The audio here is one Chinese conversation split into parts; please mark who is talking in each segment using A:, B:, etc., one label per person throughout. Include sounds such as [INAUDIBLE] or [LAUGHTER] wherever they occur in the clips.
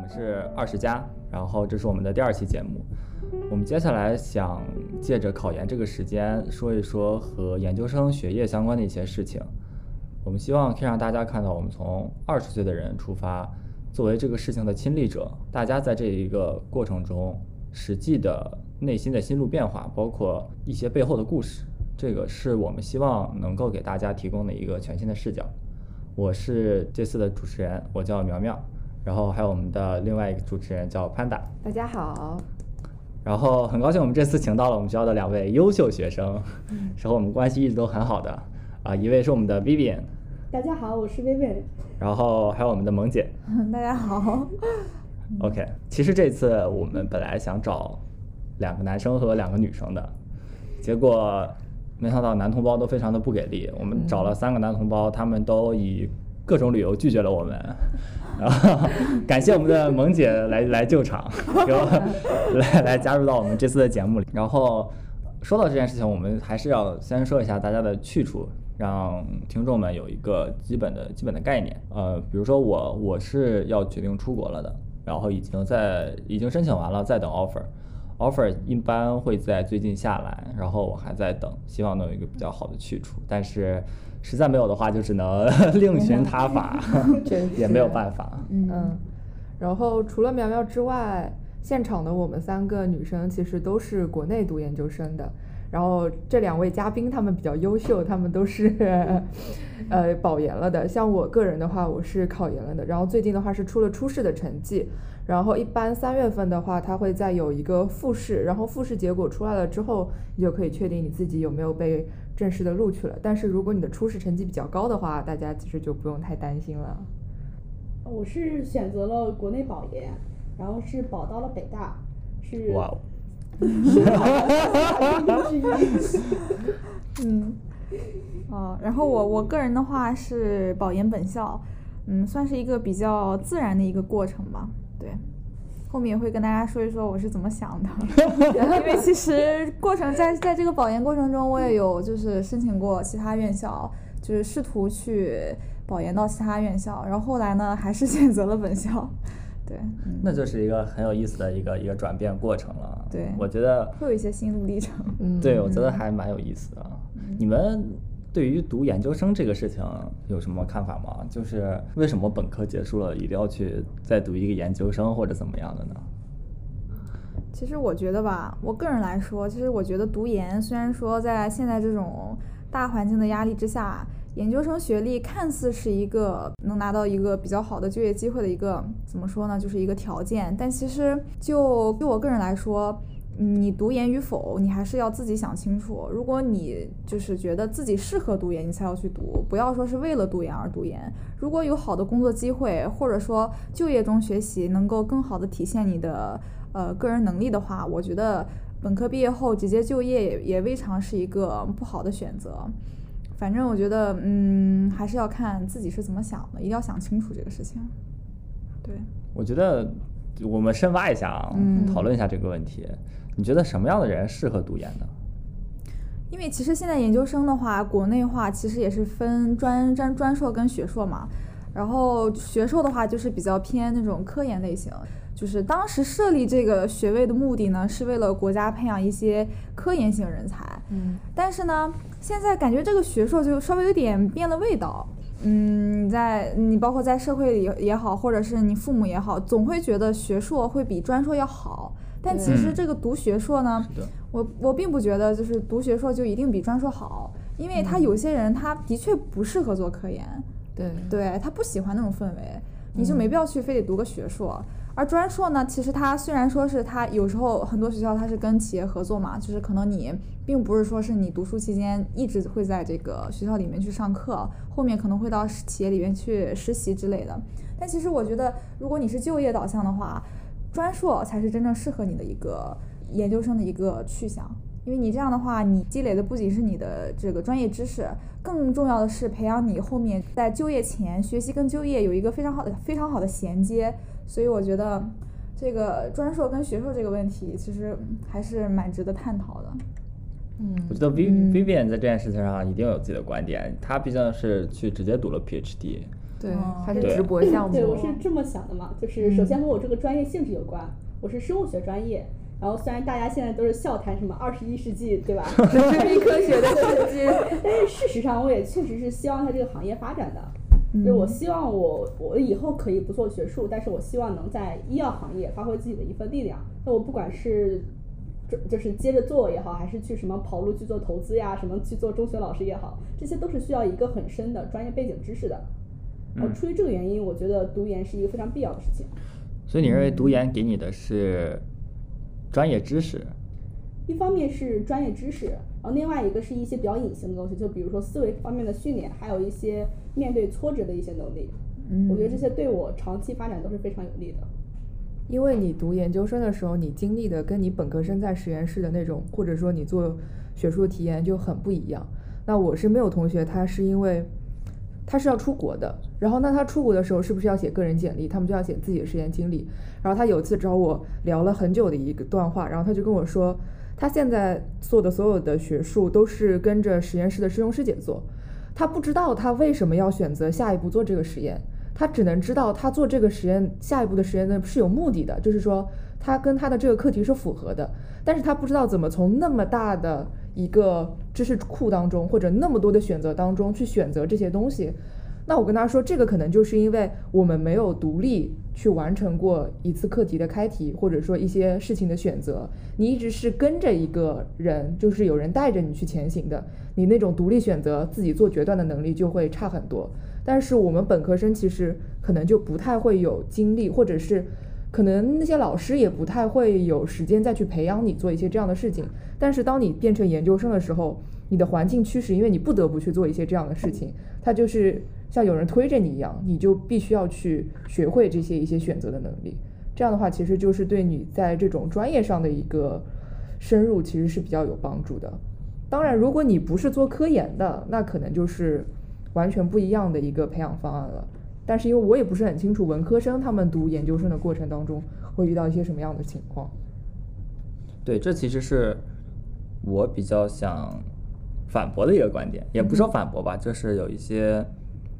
A: 们是二十加，然后这是我们的第二期节目。我们接下来想借着考研这个时间，说一说和研究生学业相关的一些事情。我们希望可以让大家看到，我们从二十岁的人出发，作为这个事情的亲历者，大家在这一个过程中实际的内心的心路变化，包括一些背后的故事。这个是我们希望能够给大家提供的一个全新的视角。我是这次的主持人，我叫苗苗，然后还有我们的另外一个主持人叫潘达。
B: 大家好，
A: 然后很高兴我们这次请到了我们学校的两位优秀学生，是和我们关系一直都很好的啊、一位是我们的 Vivian，
B: 大家好，我是薇薇。
A: 然后还有我们的萌姐。
C: [LAUGHS] 大家好，，
A: OK，其实这次我们本来想找两个男生和两个女生的，结果没想到男同胞都非常的不给力。我们找了三个男同胞，他们都以各种理由拒绝了我们。然后感谢我们的萌姐来来救场，给我来来加入到我们这次的节目里。然后说到这件事情，我们还是要先说一下大家的去处，让听众们有一个基本的基本的概念。呃，比如说我我是要决定出国了的，然后已经在已经申请完了，在等 offer。offer 一般会在最近下来，然后我还在等，希望能有一个比较好的去处。但是实在没有的话，就只能 [LAUGHS] 另寻他法
C: [LAUGHS] 真
A: [LAUGHS] 也
C: 是
A: 没有办法。
C: 嗯
B: 嗯，
C: 然后除了苗苗之外，现场的我们三个女生其实都是国内读研究生的。然后这两位嘉宾他们比较优秀，他们都是 [LAUGHS] 呃保研了的。像我个人的话，我是考研了的。然后最近的话是出了初试的成绩，然后一般三月份的话，它会再有一个复试，然后复试结果出来了之后，你就可以确定你自己有没有被正式的录取了。但是如果你的初试成绩比较高的话，大家其实就不用太担心了。
D: [LAUGHS] 我是选择了国内保研，然后是保到了北大，是
A: 哇
D: [LAUGHS]
A: 哦！
E: 嗯，哦，然后我我个人的话是保研本校，嗯，算是一个比较自然的一个过程吧。对，后面也会跟大家说一说我是怎么想的， [LAUGHS] 因为其实过程在在这个保研过程中，我也有就是申请过其他院校，就是试图去保研到其他院校，然后后来呢还是选择了本校。对，嗯，
A: 那就是一个很有意思的一个一个转变过程了。
E: 对
A: 我觉得，
E: 会有一些心路历程。
C: 嗯，
A: 对我觉得还蛮有意思的。你们对于读研究生这个事情有什么看法吗？就是为什么本科结束了一定要去再读一个研究生或者怎么样的呢？
E: 其实我觉得吧，我个人来说，其实我觉得读研虽然说在现在这种大环境的压力之下，研究生学历看似是一个能拿到一个比较好的就业机会的一个怎么说呢，就是一个条件，但其实就就我个人来说。你读研与否，你还是要自己想清楚。如果你就是觉得自己适合读研，你才要去读，不要说是为了读研而读研。如果有好的工作机会，或者说就业中学习能够更好的体现你的呃个人能力的话，我觉得本科毕业后直接就业也也未尝是一个不好的选择。反正我觉得，嗯，还是要看自己是怎么想的，一定要想清楚这个事情。对，
A: 我觉得我们深挖一下啊，
E: 嗯
A: 讨论一下这个问题。你觉得什么样的人适合读研呢？
E: 因为其实现在研究生的话，国内话其实也是分专专专硕跟学硕嘛。然后学硕的话，就是比较偏那种科研类型。就是当时设立这个学位的目的呢，是为了国家培养一些科研型人才。
C: 嗯，
E: 但是呢，现在感觉这个学硕就稍微有点变了味道。嗯，你在你包括在社会里也好，或者是你父母也好，总会觉得学硕会比专硕要好。但其实
A: 嗯
E: 这个读学硕呢，
A: 是的，
E: 我我并不觉得就是读学硕就一定比专硕好，因为他有些人他的确不适合做科研，
C: 对
E: 对他不喜欢那种氛围，你就没必要去非得读个学硕。而专硕呢，其实它虽然说是它有时候很多学校它是跟企业合作嘛，就是可能你并不是说是你读书期间一直会在这个学校里面去上课，后面可能会到企业里面去实习之类的。但其实我觉得，如果你是就业导向的话，专硕才是真正适合你的一个研究生的一个去向。因为你这样的话，你积累的不仅是你的这个专业知识，更重要的是培养你后面在就业前学习跟就业有一个非常好的、非常好的衔接。所以我觉得，这个专硕跟学硕这个问题，其实嗯还是蛮值得探讨的。
C: 嗯
A: 我觉得 Viv
E: 嗯
A: Vivian 在这件事情上一定有自己的观点。他毕竟是去直接读了 PhD，
C: 对
E: 哦，
C: 它是
A: 对
C: 直播项
D: 嗯
C: 目。
D: 对，
C: [LAUGHS]
D: 我是这么想的嘛，就是
C: 嗯
D: 首先和我这个专业性质有关，我是生物学专业。然后虽然大家现在都是笑谈什么二十一世纪，
C: [LAUGHS]
D: 对吧？
C: 这是一科学
D: [LAUGHS]
C: 的科技。
D: 但是事实上，我也确实是希望它这个行业发展的。就是我希望我我以后可以不做学术，但是我希望能在医药行业发挥自己的一份力量。那我不管是就就是接着做也好，还是去什么跑路去做投资呀，什么去做中学老师也好，这些都是需要一个很深的专业背景知识的。呃，
A: 嗯
D: 出于这个原因，我觉得读研是一个非常必要的事情。
A: 所以你认
E: 嗯
A: 为读研给你的是专业知识？
D: 一方面是专业知识，然后另外一个是一些比较隐形的东西，就比如说思维方面的训练，还有一些面对挫折的一些能力。
E: 嗯
D: 我觉得这些对我长期发展都是非常有利的。
C: 因为你读研究生的时候，你经历的跟你本科生在实验室的那种，或者说你做学术题研就很不一样。那我身边有同学，他是因为他是要出国的，然后那他出国的时候是不是要写个人简历？他们就要写自己的实验经历。然后他有一次找我聊了很久的一个段话，然后他就跟我说，他现在做的所有的学术都是跟着实验室的师兄师姐做，他不知道他为什么要选择下一步做这个实验，他只能知道他做这个实验下一步的实验呢是有目的的，就是说他跟他的这个课题是符合的，但是他不知道怎么从那么大的一个知识库当中或者那么多的选择当中去选择这些东西。那我跟他说，这个可能就是因为我们没有独立去完成过一次课题的开题，或者说一些事情的选择，你一直是跟着一个人，就是有人带着你去前行的，你那种独立选择、自己做决断的能力就会差很多。但是我们本科生其实可能就不太会有精力，或者是可能那些老师也不太会有时间再去培养你做一些这样的事情。但是当你变成研究生的时候，你的环境驱使，因为你不得不去做一些这样的事情，它就是像有人推着你一样，你就必须要去学会这些一些选择的能力。这样的话，其实就是对你在这种专业上的一个深入，其实是比较有帮助的。当然，如果你不是做科研的，那可能就是完全不一样的一个培养方案了。但是因为我也不是很清楚文科生他们读研究生的过程当中会遇到一些什么样的情况。
A: 对，这其实是我比较想反驳的一个观点，也不说反驳吧，就是有一些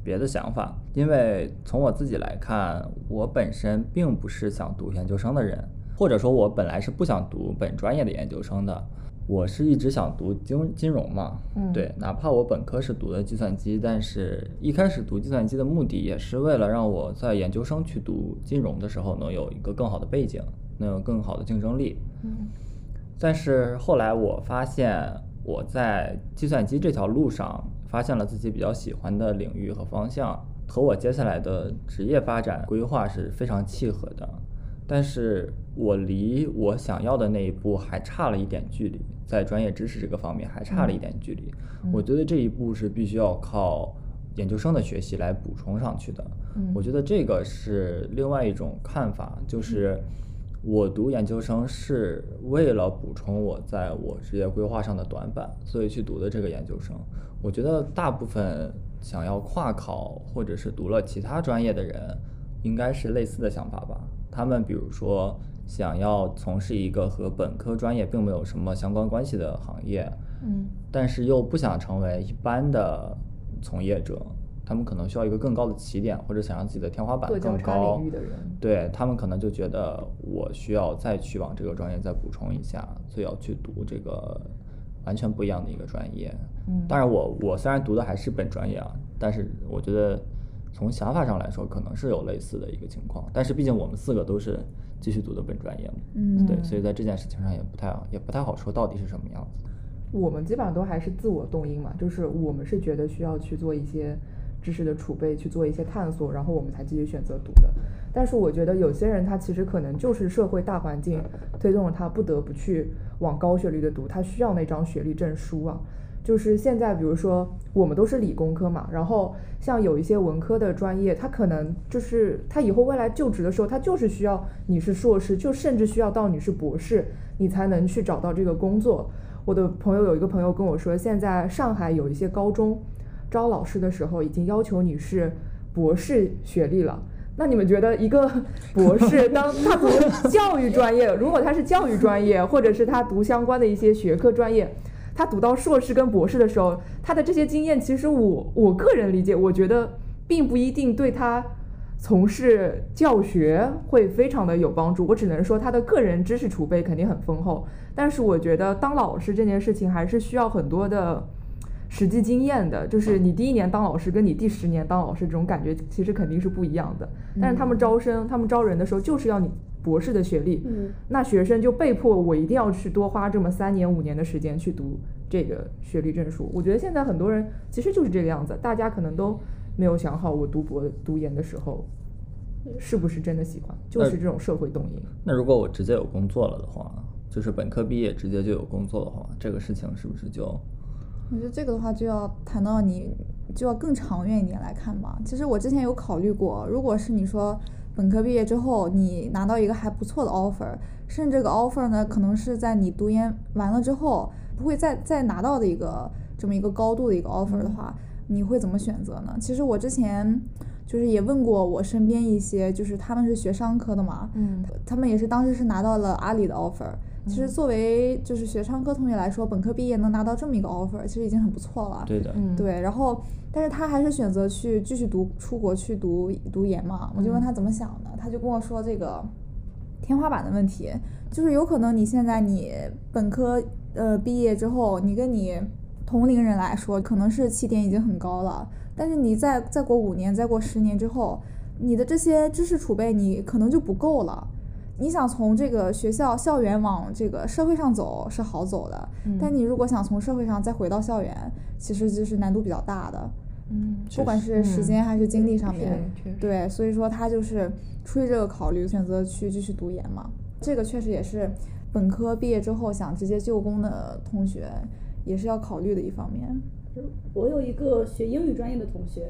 A: 别的想法。因为从我自己来看，我本身并不是想读研究生的人，或者说，我本来是不想读本专业的研究生的。我是一直想读金金融嘛，
C: 嗯
A: 对，哪怕我本科是读的计算机，但是一开始读计算机的目的也是为了让我在研究生去读金融的时候能有一个更好的背景，能有更好的竞争力。但是后来我发现我在计算机这条路上发现了自己比较喜欢的领域和方向，和我接下来的职业发展规划是非常契合的。但是我离我想要的那一步还差了一点距离，在专业知识这个方面还差了一点距离。我觉得这一步是必须要靠研究生的学习来补充上去的。
C: 嗯
A: 我觉得这个是另外一种看法，就是我读研究生是为了补充我在我职业规划上的短板，所以去读的这个研究生。我觉得大部分想要跨考或者是读了其他专业的人，应该是类似的想法吧。他们比如说想要从事一个和本科专业并没有什么相关关系的行业，
C: 嗯，
A: 但是又不想成为一般的从业者，他们可能需要一个更高的起点，或者想让自己的天花板
C: 做交
A: 更
C: 叉
A: 高。
C: 领域的人
A: 对他们可能就觉得我需要再去往这个专业再补充一下，所以要去读这个完全不一样的一个专业。
C: 嗯
A: 当然我我虽然读的还是本专业啊，但是我觉得从想法上来说，可能是有类似的一个情况。但是毕竟我们四个都是继续读的本专业嘛，
E: 嗯
A: 对，所以在这件事情上也不太也不太好说到底是什么样子。
C: 我们基本上都还是自我动因嘛，就是我们是觉得需要去做一些知识的储备，去做一些探索，然后我们才继续选择读的。但是我觉得有些人他其实可能就是社会大环境推动了他不得不去往高学历的读，他需要那张学历证书啊。就是现在，比如说我们都是理工科嘛，然后像有一些文科的专业，它可能就是它以后未来就职的时候，它就是需要你是硕士，就甚至需要到你是博士，你才能去找到这个工作。我的朋友有一个朋友跟我说，现在上海有一些高中招老师的时候，已经要求你是博士学历了。那你们觉得一个博士，当他读教育专业，如果他是教育专业，或者是他读相关的一些学科专业，他读到硕士跟博士的时候，他的这些经验，其实我我个人理解，我觉得并不一定对他从事教学会非常的有帮助。我只能说他的个人知识储备肯定很丰厚，但是我觉得当老师这件事情还是需要很多的实际经验的。就是你第一年当老师跟你第十年当老师这种感觉其实肯定是不一样的。但是他们招生、他们招人的时候就是要你博士的学历，
D: 嗯
C: 那学生就被迫我一定要去多花这么三年五年的时间去读这个学历证书。我觉得现在很多人其实就是这个样子，大家可能都没有想好，我读博读研的时候是不是真的喜欢，就是这种社会动因。
A: 那如果我直接有工作了的话，就是本科毕业直接就有工作的话，这个事情是不是就
E: 我觉得这个的话就要谈到你就要更长远一点来看吧。其实我之前有考虑过，如果是你说本科毕业之后，你拿到一个还不错的 offer，甚至这个 offer 呢，可能是在你读研完了之后不会再再拿到的一个这么一个高度的一个 offer 的话，你会怎么选择呢？其实我之前就是也问过我身边一些，就是他们是学商科的嘛，
C: 嗯
E: 他们也是当时是拿到了阿里的 offer。其实作为就是学商科同学来说，本科毕业能拿到这么一个 offer，其实已经很不错了。
A: 对的？
C: 嗯，
E: 对，然后但是他还是选择去继续读出国去读读研嘛。我就问他怎么想的，他就跟我说这个天花板的问题，就是有可能你现在你本科呃毕业之后，你跟你同龄人来说，可能是起点已经很高了，但是你再再过五年，再过十年之后，你的这些知识储备你可能就不够了。你想从这个学校校园往这个社会上走是好走的，但你如果想从社会上再回到校园，其实就是难度比较大的，
C: 嗯，
E: 不管是
C: 嗯
E: 时间还是精力上面。
C: 确实
E: 对，所以说他就是出于这个考虑，选择去继续读研嘛。这个确实也是本科毕业之后想直接就工的同学，也是要考虑的一方面。
D: 我有一个学英语专业的同学，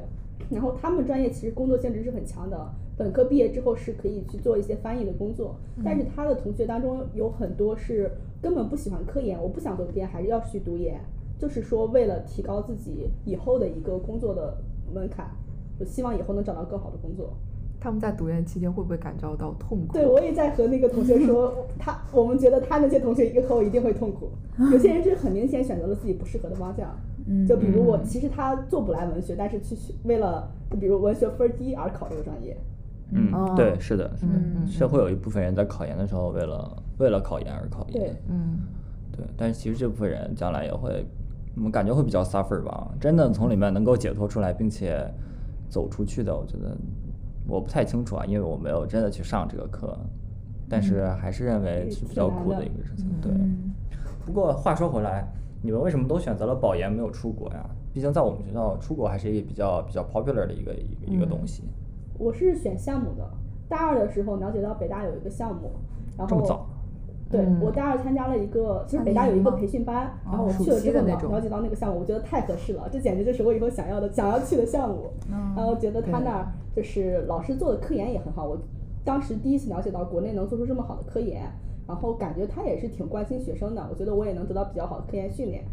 D: 然后他们专业其实工作性质是很强的，本科毕业之后是可以去做一些翻译的工作，但是他的同学当中有很多是根本不喜欢科研，我不想读研，还是要去读研，就是说为了提高自己以后的一个工作的门槛，我希望以后能找到更好的工作。
C: 他们在读研期间会不会感觉到痛苦？
D: 对，我也在和那个同学说，他我们觉得他那些同学以后一定会痛苦。有些人是很明显选择了自己不适合的方向，
E: 嗯
D: 就比如我，其实他做不来文学，但是去学为了就比如文学分儿低而考这个专业。
A: 嗯，
C: 哦
A: 对，是的，是的，
E: 嗯
A: 是会有一部分人在考研的时候为了为了考研而考研，
D: 对
C: 嗯，
A: 对，但是其实这部分人将来也会，我们感觉会比较 suffer 吧。真的从里面能够解脱出来，并且走出去的，我觉得我不太清楚啊，因为我没有真的去上这个课，但是还是认为是比较酷的一个事情。对，不过话说回来，你们为什么都选择了保研没有出国呀？毕竟在我们学校，出国还是一个比较比较 popular 的一个一个一个东西。
D: 我是选项目的，大二的时候了解到北大有一个项目，然
A: 这
D: 后
A: 么早？
D: 对、
C: 嗯
D: 我大二参加了一个，其实
E: 夏
D: 北大
E: 令
D: 有
E: 营
D: 一个
E: 吗
D: 培训班，然
C: 哦
D: 后我
C: 暑
D: 去了
C: 期
D: 之
C: 的
D: 后
C: 那
D: 了
C: 种
D: 了解到那个项目，我觉得太合适了，这简直就是我以后想要的想要去的项目。
C: 嗯
D: 然后觉得他那儿就是老师做的科研也很好，我当时第一次了解到国内能做出这么好的科研，然后感觉他也是挺关心学生的，我觉得我也能得到比较好的科研训练。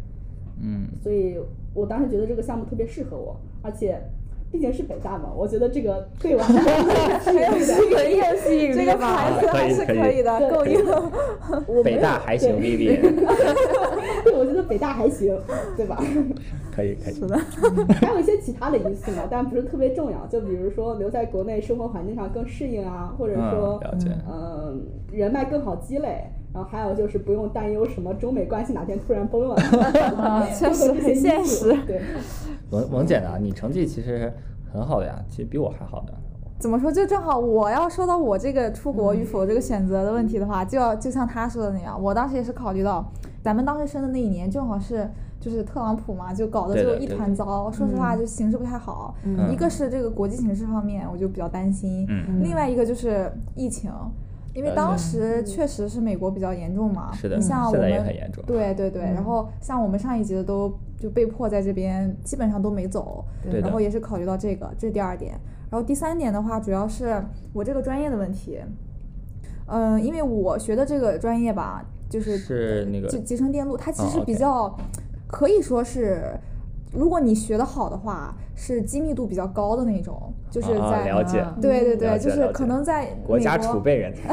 A: 嗯，
D: 所以我当时觉得这个项目特别适合我，而且毕竟是北大嘛，我觉得这个对我还
C: [LAUGHS]
D: 是有吸引力的。
E: 也有吸引 [LAUGHS] 这个牌子还是可以的，够用。
D: 我没
A: 北
D: 有
A: 大还行
D: 对
E: [LAUGHS]
A: ，Vivi，
D: 对，我觉得北大还行，对吧？
A: 可以可以。
D: 还有一些其他的因素嘛，但不是特别重要。就比如说留在国内生活环境上更适应啊，或者说
A: 嗯，了解。
D: 嗯，人脉更好积累，然后还有就是不用担忧什么中美关系哪天突然崩了， [LAUGHS] 啊
E: 确实很现实。
D: 对，
E: 嗯
A: 王王姐呢？你成绩其实很好的呀，其实比我还好的。
E: 怎么说？就正好我要说到我这个出国
A: 嗯
E: 与否这个选择的问题的话，就要就像他说的那样，我当时也是考虑到，咱们当时升的那一年正好是就是特朗普嘛，就搞得
A: 对的
E: 就一团糟。说实话，就形势不太好。
A: 嗯
E: 一个是这个国际形势方面，我就比较担心；
A: 嗯嗯
E: 另外一个就是疫情，因为
A: 了解
E: 当时确实是美国比较严重嘛。
A: 是的
E: 你像我
A: 现在
E: 们
A: 也很严重
E: 对对对，
A: 嗯
E: 然后像我们上一届都就被迫在这边基本上都没走，
A: 对的
E: 然后也是考虑到这个，这是第二点。然后第三点的话，主要是我这个专业的问题。嗯、因为我学的这个专业吧，就是
A: 是那个
E: 就集成电路，它其
A: 哦
E: 实
A: ，OK
E: 比较、可以说是，如果你学的好的话，是精密度比较高的那种，就是在、
A: 啊啊了解
E: 对对对，
A: 了解
E: 就是
A: 了
E: 可
A: 解
E: 能在
A: 国
E: 美
A: 家
E: 国
A: 储备人
E: [LAUGHS]
A: 才，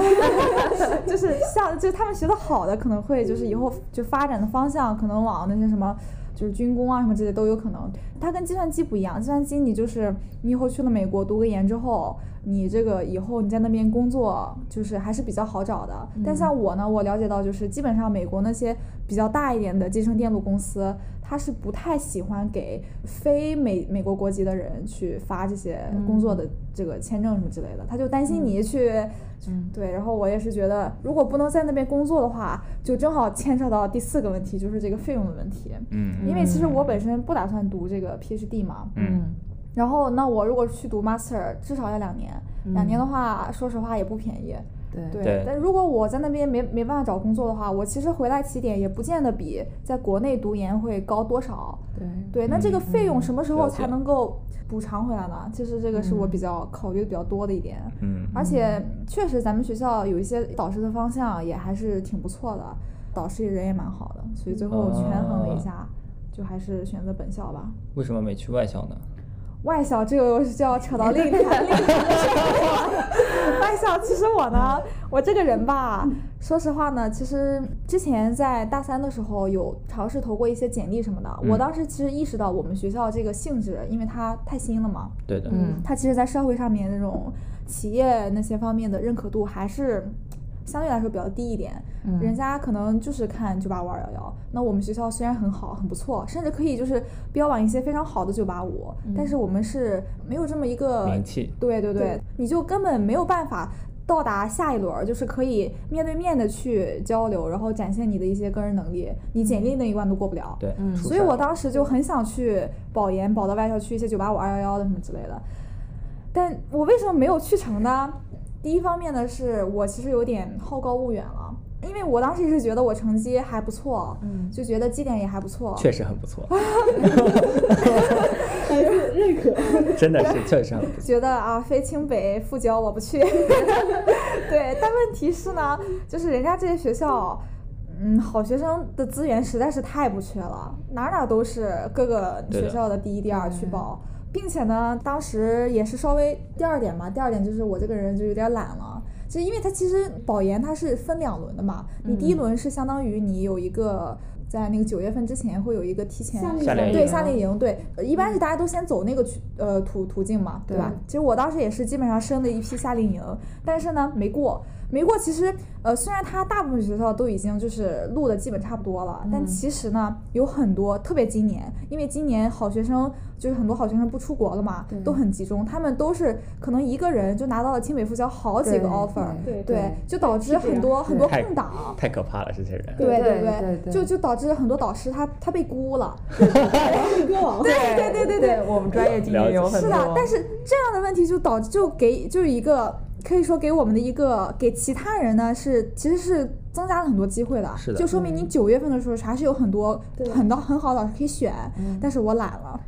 E: 就是像就是他们学的好的，可能会就是以后就发展的方向，可能往那些什么就是军工啊什么之类都有可能。它跟计算机不一样，计算机你就是你以后去了美国读个研之后，你这个以后你在那边工作就是还是比较好找的。但像我呢，我了解到就是基本上美国那些比较大一点的集成电路公司，它是不太喜欢给非美美国国籍的人去发这些
A: 嗯
E: 工作的这个签证什么之类的，他就担心你去。
C: 嗯
E: 对，然后我也是觉得，如果不能在那边工作的话，就正好牵扯到第四个问题，就是这个费用的问题。
A: 嗯
E: 因为其实我本身不打算读这个 PhD 嘛，
A: 嗯，
E: 然后那我如果去读 Master，至少要两年，
A: 嗯
E: 两年的话，说实话也不便宜。
C: 对
E: 对，
A: 对
E: 但如果我在那边没没办法找工作的话，我其实回来起点也不见得比在国内读研会高多少。
C: 对
E: 对，那这个费用什么时候
A: 嗯了解
E: 才能够补偿回来呢？其实这个是我比较考虑的比较多的一点。
A: 嗯
E: 而且确实咱们学校有一些导师的方向也还是挺不错的，导师人也蛮好的，所以最
A: 哦
E: 后权衡了一下，就还是选择本校吧。
A: 为什么没去外校呢？
E: 外校这个又是就要扯到另一台另一台的事儿了。外校其实我呢，我这个人吧，说实话呢，其实之前在大三的时候有尝试投过一些简历什么的。我
A: 嗯
E: 当时其实意识到我们学校这个性质，因为它太新了嘛，
A: 对的，
C: 嗯
E: 它其实，在社会上面那种企业那些方面的认可度还是相对来说比较低一点。
C: 嗯
E: 人家可能就是看九八五二幺幺，那我们学校虽然很好，很不错，甚至可以就是标榜一些非常好的九八五，
C: 嗯
E: 但是我们是没有这么一个
A: 名气
E: 对对对
C: 对，
E: 你就根本没有办法。到达下一轮儿，就是可以面对面的去交流，然后展现你的一些个人能力。你简历那一关都过不了，
A: 对，
C: 嗯
A: 初
E: 所以
A: 三
E: 我当时就很想去保研，保到外校去一些九八五、二幺幺的什么之类的。但我为什么没有去成呢？第一方面呢，是我其实有点好高骛远了，因为我当时也是觉得我成绩还不错，
C: 嗯
E: 就觉得绩点也还不错，
A: 确实很不错，
D: 还是认可。
E: [LAUGHS]
A: 真的是确实很不错。
E: 觉得啊，非清北复交我
A: [LAUGHS]
E: 不去。对，但问题是呢，就是人家这些学校，嗯，好学生的资源实在是太不缺了，哪哪都是各个
A: 对的嗯
E: 学校的第一、第二去报。并且呢，当时也是稍微第二点嘛，第二点就是我这个人就有点懒了，就因为它其实保研它是分两轮的嘛，
A: 嗯
E: 你第一轮是相当于你有一个在那个九月份之前会有一个提前
D: 夏令
A: 夏令营
E: 对夏令营，对，呃一般是大家都先走那个渠呃途途径嘛，对吧？其实我当时也是基本上申了一批夏令营，但是呢没过，没过。其实呃，虽然它大部分学校都已经就是录的基本差不多了，但其实呢有很多，特别今年，因为今年好学生就是很多好学生不出国了嘛，都很集中，他们都是可能一个人就拿到了清北复交好几个
C: 对
E: offer，
D: 对
E: 对，就导致很多很多
A: 太
E: 空档。
A: 太可怕了，这些人。
E: 对
C: 对
E: 对
C: 对对
E: 就就导致很多导师他他被估了，
C: 对
E: 对对对对
C: 我们专业经
A: 了
C: 验
A: 解
C: 有很
E: 是
C: 多，
E: 的，但是这样的问题就导致就给就是一个可以说给我们的一个给其他人呢是其实是增加了很多机会的，
A: 是的
E: 就说明你九月份的时候还是有很多很多很好的老师可以选，但是我懒了。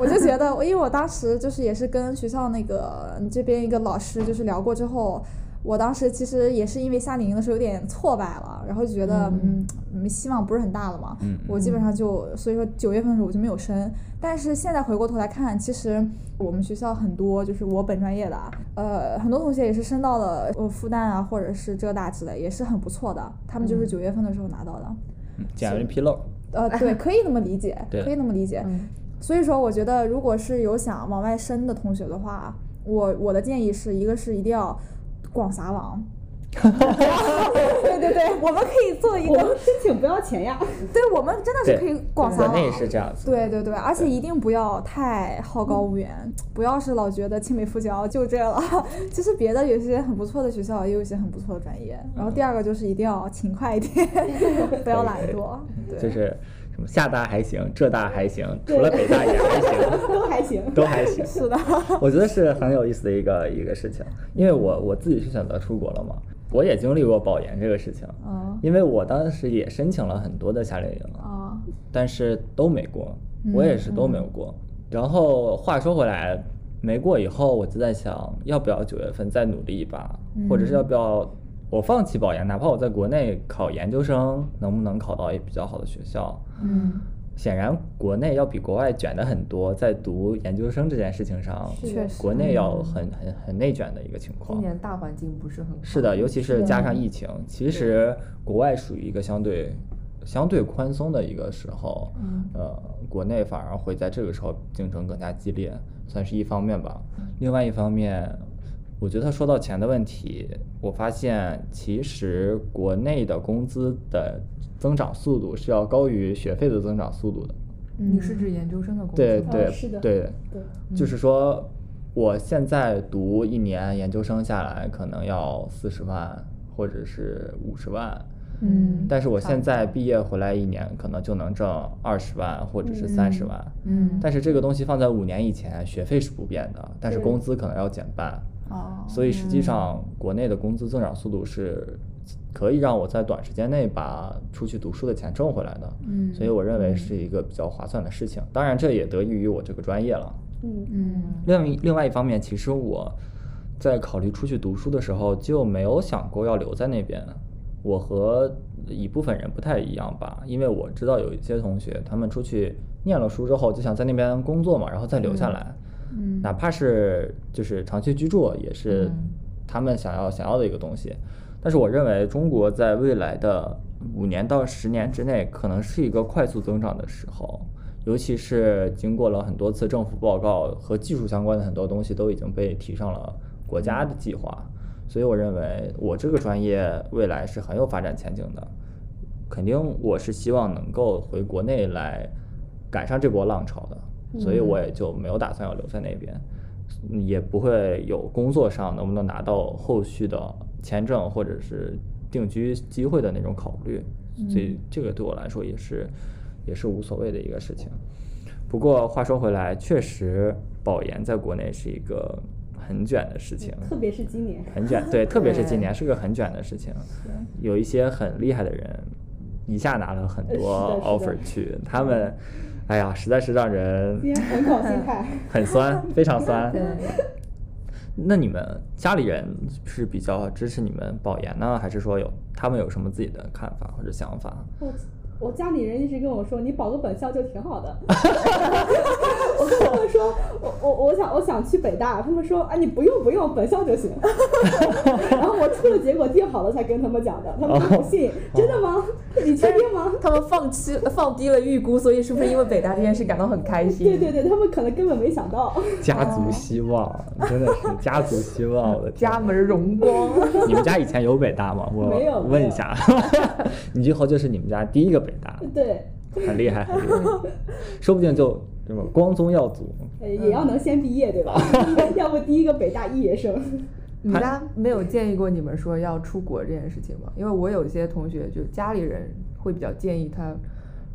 E: 我就觉得，因为我当时就是也是跟学校那个这边一个老师就是聊过之后，我当时其实也是因为夏令营的时候有点挫败了，然后就觉得嗯嗯希望不是很大了嘛，
A: 嗯嗯
E: 我基本上就所以说九月份的时候我就没有申，但是现在回过头来看，其实我们学校很多就是我本专业的啊，呃很多同学也是申到了呃复旦啊或者是浙大之类，也是很不错的，他们就是九月份的时候拿到的，
A: 嗯捡了一批漏。
E: 呃，
D: [LAUGHS]
E: 对，可以那么理解，
A: 对
E: 可以那么理解。
C: 嗯
E: 所以说，我觉得如果是有想往外伸的同学的话，我我的建议是一个是一定要广撒网。 [LAUGHS] 对对对，我们可以做一
D: [LAUGHS] 我们
E: 个，
D: 申请不要钱呀， [LAUGHS]
E: 对我们真的
A: 对
E: 是可以广撒
A: 国
E: 网。
A: 内是这样子。
E: 对对对，而且一定不要太好高骛远，不要是老觉得清北复交就这了。 [LAUGHS] 其实别的有些很不错的学校，也有一些很不错的专业。
A: 嗯
E: 然后第二个就是一定要勤快一点， [LAUGHS] 不要懒惰。对，
A: 就是什么厦大还行，浙大还行，除了北大也还
E: [LAUGHS]
A: 行，
D: 都还行。
A: 都还行。
E: 是的。 [LAUGHS]
A: 我觉得是很有意思的一个一个事情，因为我我自己是选择出国了嘛，我也经历过保研这个事情，
E: 嗯
A: 因为我当时也申请了很多的夏令营，
E: 啊，
A: 但是都没过，
E: 嗯
A: 我也是都没有过。然后话说回来，没过以后，我就在想，要不要九月份再努力一把，
E: 嗯
A: 或者是要不要我放弃保研，哪怕我在国内考研究生，能不能考到一比较好的学校？
E: 嗯，
A: 显然，国内要比国外卷的很多，在读研究生这件事情上，
E: 确实
A: 国内要很很很内卷的一个情况
C: 今。年大环境不是很好，
A: 是的，尤其是加上疫情，其实国外属于一个相对相对宽松的一个时候，
C: 嗯
A: 呃，国内反而会在这个时候竞争更加激烈，算是一方面吧。另外一方面，我觉得说到钱的问题，我发现其实国内的工资的增长速度是要高于学费的增长速度的。
C: 你是指研究生的工作？
A: 对
D: 哦
A: 对、
D: 是的
A: 对，
D: 对，
A: 就是说，我现在读一年研究生下来，可能要四十万或者是五十万，
C: 嗯
A: 但是我现在毕业回来一年，可能就能挣二十万或者是三十万。
C: 嗯
A: 但是这个东西放在五年以前，学费是不变的，但是
D: 对
A: 工资可能要减半。
E: 哦，
A: 所以实际上，国内的工资增长速度是可以让我在短时间内把出去读书的钱挣回来的。
E: 嗯
A: 所以我认为是一个比较划算的事情。当然，这也得益于我这个专业了。
D: 嗯
E: 嗯
A: 另一另外一方面，其实我在考虑出去读书的时候，就没有想过要留在那边。我和一部分人不太一样吧，因为我知道有一些同学，他们出去念了书之后，就想在那边工作嘛，然后再留下来，
E: 嗯
A: 哪怕是就是长期居住，也是
C: 嗯
A: 他们想要想要的一个东西。但是我认为，中国在未来的五年到十年之内，可能是一个快速增长的时候，尤其是经过了很多次政府报告和技术相关的很多东西都已经被提上了国家的计划，所以我认为我这个专业未来是很有发展前景的。肯定我是希望能够回国内来赶上这波浪潮的，所以我也就没有打算要留在那边，嗯也不会有工作上能不能拿到后续的签证或者是定居机会的那种考虑，所以这个对我来说也是也是无所谓的一个事情。不过话说回来，确实保研在国内是一个很卷的事情，
D: 特别是今年，
A: 很卷，
D: [LAUGHS]
A: 对，特别是今年是个很卷的事情，有一些很厉害的人一下拿了很多
D: 呃是的
A: offer 去，他们，哎呀，实在是让
D: 今
A: 人
D: 年很搞心态。
A: 很酸，非常
D: [LAUGHS]
A: 酸。
C: 对，
A: 那你们家里人是比较支持你们保研呢，还是说有他们有什么自己的看法或者想法？
D: 我我家里人一直跟我说，你保个本校就挺好
A: [LAUGHS]
D: 的。我跟他们说，我我我想我想去北大，他们说，啊你不用不用，本校
A: [LAUGHS]
D: 就行。然后我出了结果定好了才跟他们讲的，他们
A: 哦
D: 都不信，真的吗？你确定吗？
C: 他们放弃放低了预估，所以是不是因为北大这件事感到很开心？
A: 嗯
D: 对对对，他们可能根本没想到。
A: 家
D: 哦
A: 族希望，真的是家族希望，我的天
C: 家！门荣光。
A: 你们家以前有北大吗？
D: 没有
A: 我
D: 没
A: 问一
D: 有
A: 下， [LAUGHS] 你以后就是你们家第一个北大。
D: 对，
A: 很
C: [LAUGHS]
A: 厉害，很厉害，说不定就什么光宗耀祖。
D: 呃也要能先毕业对吧？
A: [LAUGHS]
D: 要不第一个北大一野生。
C: 你们家没有建议过你们说要出国这件事情吗？因为我有一些同学，就是家里人会比较建议他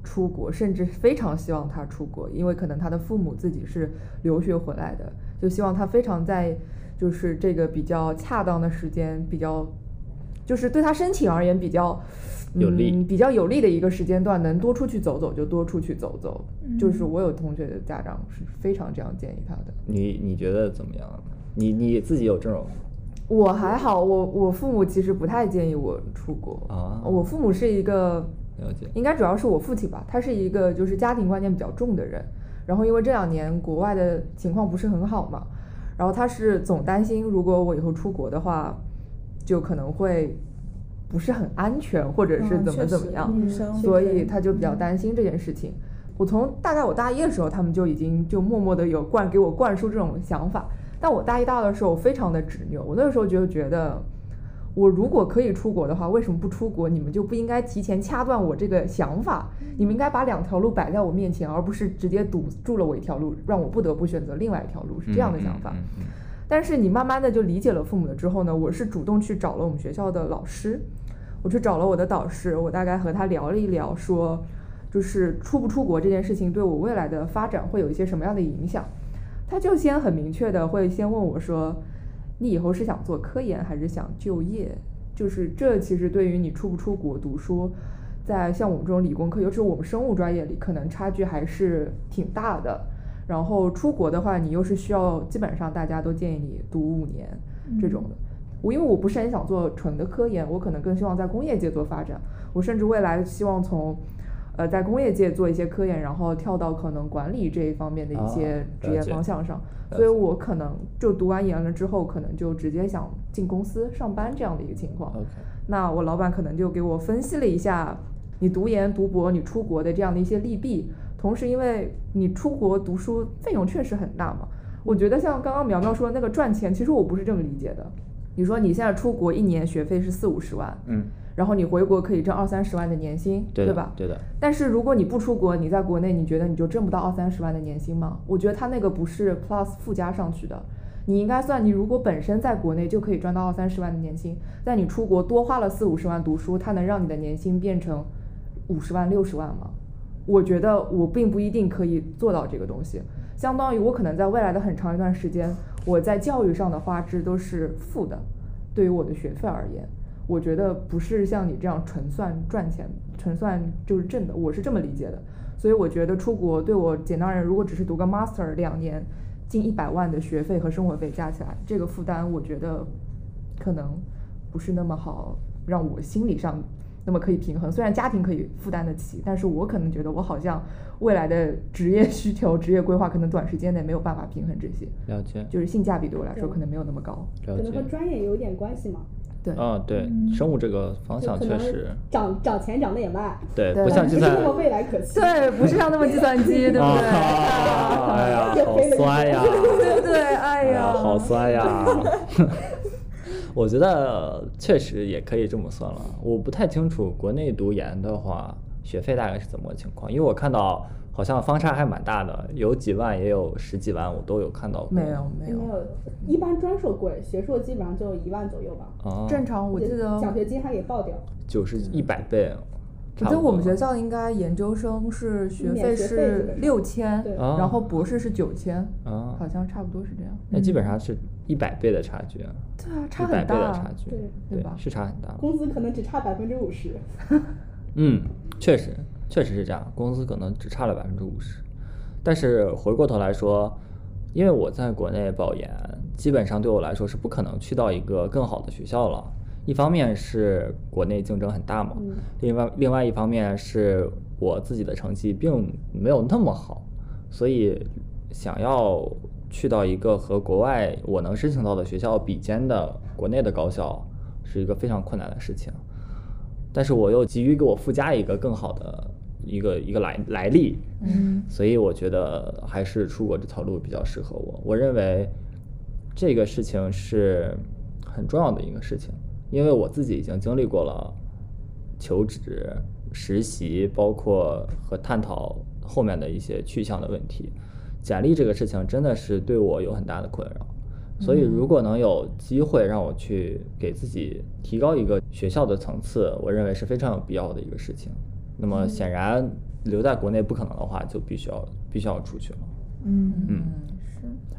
C: 出国，甚至非常希望他出国，因为可能他的父母自己是留学回来的，就希望他非常在就是这个比较恰当的时间，比较就是对他申请而言比较。
A: 有利
C: 嗯，比较有利的一个时间段，能多出去走走就多出去走走。就是我有同学的家长是非常这样建议他的。
A: 你你觉得怎么样？你你自己有这种
C: 我还好，我我父母其实不太建议我出国
A: 啊
C: 我父母是一个，
A: 了解？
C: 应该主要是我父亲吧，他是一个就是家庭观念比较重的人。然后因为这两年国外的情况不是很好嘛，然后他是总担心如果我以后出国的话，就可能会不是很安全，或者是怎么怎么样。
E: 嗯女生嗯
C: 所以他就比较担心这件事情。我从大概我大一的时候，他们就已经就默默的有灌给我灌输这种想法。但我大一大二的时候，我非常的执拗。我那时候就觉得，我如果可以出国的话，为什么不出国？你们就不应该提前掐断我这个想法，
A: 嗯
C: 你们应该把两条路摆在我面前，而不是直接堵住了我一条路，让我不得不选择另外一条路，是这样的想法。
A: 嗯嗯
C: 但是你慢慢的就理解了父母的之后呢，我是主动去找了我们学校的老师，我去找了我的导师，我大概和他聊了一聊，说就是出不出国这件事情对我未来的发展会有一些什么样的影响。他就先很明确的会先问我说，你以后是想做科研还是想就业？就是这其实对于你出不出国读书，在像我们这种理工科，尤其是我们生物专业里，可能差距还是挺大的。然后出国的话，你又是需要，基本上大家都建议你读五年这种的。我因为我不是很想做纯的科研，我可能更希望在工业界做发展。我甚至未来希望从，呃，在工业界做一些科研，然后跳到可能管理这一方面的一些
A: 啊
C: 职业
A: 了解
C: 方向上。
A: 解
C: 所以我可能就读完研了之后，可能就直接想
A: 嗯
C: 进公司上班这样的一个情况。
A: OK，
C: 那我老板可能就给我分析了一下你读研、读博、你出国的这样的一些利弊。同时，因为你出国读书费用确实很大嘛，我觉得像刚刚苗苗说的那个赚钱，其实我不是这么理解的。你说你现在出国一年学费是四五十万，
A: 嗯，
C: 然后你回国可以挣二三十万的年薪，
A: 对的
C: 吧？
A: 对的，
C: 但是如果你不出国，你在国内，你觉得你就挣不到二三十万的年薪吗？我觉得他那个不是 plus 附加上去的，你应该算你如果本身在国内就可以赚到二三十万的年薪，但你出国多花了四五十万读书，它能让你的年薪变成五十万六十万吗？我觉得我并不一定可以做到这个东西，相当于我可能在未来的很长一段时间，我在教育上的花枝都是负的，对于我的学费而言。我觉得不是像你这样纯算赚钱、纯算就是挣的，我是这么理解的。所以我觉得出国对我简单人，如果只是读个 master 两年，近一百万的学费和生活费加起来，这个负担我觉得可能不是那么好，让我心理上那么可以平衡。虽然家庭可以负担得起，但是我可能觉得我好像未来的职业需求、职业规划可能短时间内没有办法平衡这些，
A: 了解，
C: 就是性价比对我来说可能没有那么高。
A: 了
D: 可能和
A: 解。
D: 专业有点关系嘛，
C: 对，
A: 啊，对，
C: 嗯
A: 生物这个方
D: 就
A: 向
D: 可
A: 确
D: 能
A: 实，
D: 涨涨钱涨得也慢，
A: 对，
C: 对
A: 不像
D: 不
A: 计
D: 是
A: 算，
D: 那么未来可期。
C: 对，不 [LAUGHS] 是像那么计算机，对不对？ [LAUGHS]
A: 啊，哎呀，好酸
D: [LAUGHS]
A: 呀，
E: 对不对？哎
A: 哎呀，
E: 呀，
A: 好酸
C: [LAUGHS]
A: 呀。我觉得确实也可以这么算了。我不太清楚国内读研的话，学费大概是怎么个情况，因为我看到好像方差还蛮大的，有几万也有十几万，我都有看到过。
C: 没有没
D: 没
C: 有，
D: 有，一般专硕贵，学硕基本上就一万左右吧。
A: 啊，
C: 正常，哦我记得，
D: 奖学金还给报掉，
A: 九十一百倍，
C: 我
A: 差不
C: 记得
A: 多
C: 我们学校应该研究生是学费
D: 免学费基
C: 是
D: 本上
C: 六千
D: 对，
A: 啊
C: 然后博士是九千，
A: 啊
C: 好，像差不多是这样。
A: 那基本上是一百倍的差距啊，
C: 嗯对啊，差
A: 一百
C: 很
A: 倍的差
C: 大。
A: 距
D: 对，
A: 对
C: 对吧
A: 是差很大。
D: 工资可能只差百分之五十。
A: 嗯，确实，确实是这样，工资可能只差了百分之五十，但是回过头来说，因为我在国内保研，基本上对我来说是不可能去到一个更好的学校了。一方面是国内竞争很大嘛，
D: 嗯
A: 另外另外一方面是我自己的成绩并没有那么好，所以想要去到一个和国外我能申请到的学校比肩的国内的高校，是一个非常困难的事情。但是我又急于给我附加一个更好的一个一个来来历，
C: 嗯，
A: 所以我觉得还是出国这条路比较适合我。我认为这个事情是很重要的一个事情，因为我自己已经经历过了求职、实习，包括和探讨后面的一些去向的问题。简历这个事情真的是对我有很大的困扰，所以如果能有机会让我去给自己提高一个学校的层次，我认为是非常有必要的一个事情。那么显然留在国内不可能的话，就必须要必须要出去了。
E: 嗯，
A: 嗯，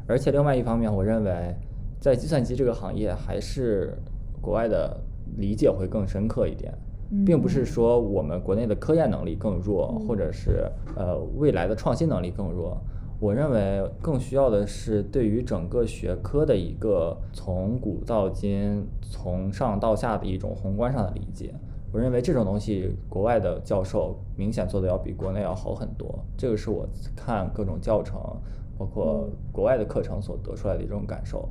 A: 而且另外一方面，我认为在计算机这个行业，还是国外的理解会更深刻一点，并不是说我们国内的科研能力更弱，或者是呃未来的创新能力更弱。我认为更需要的是对于整个学科的一个从古到今、从上到下的一种宏观上的理解。我认为这种东西，国外的教授明显做的要比国内要好很多。这个是我看各种教程，包括国外的课程所得出来的一种感受。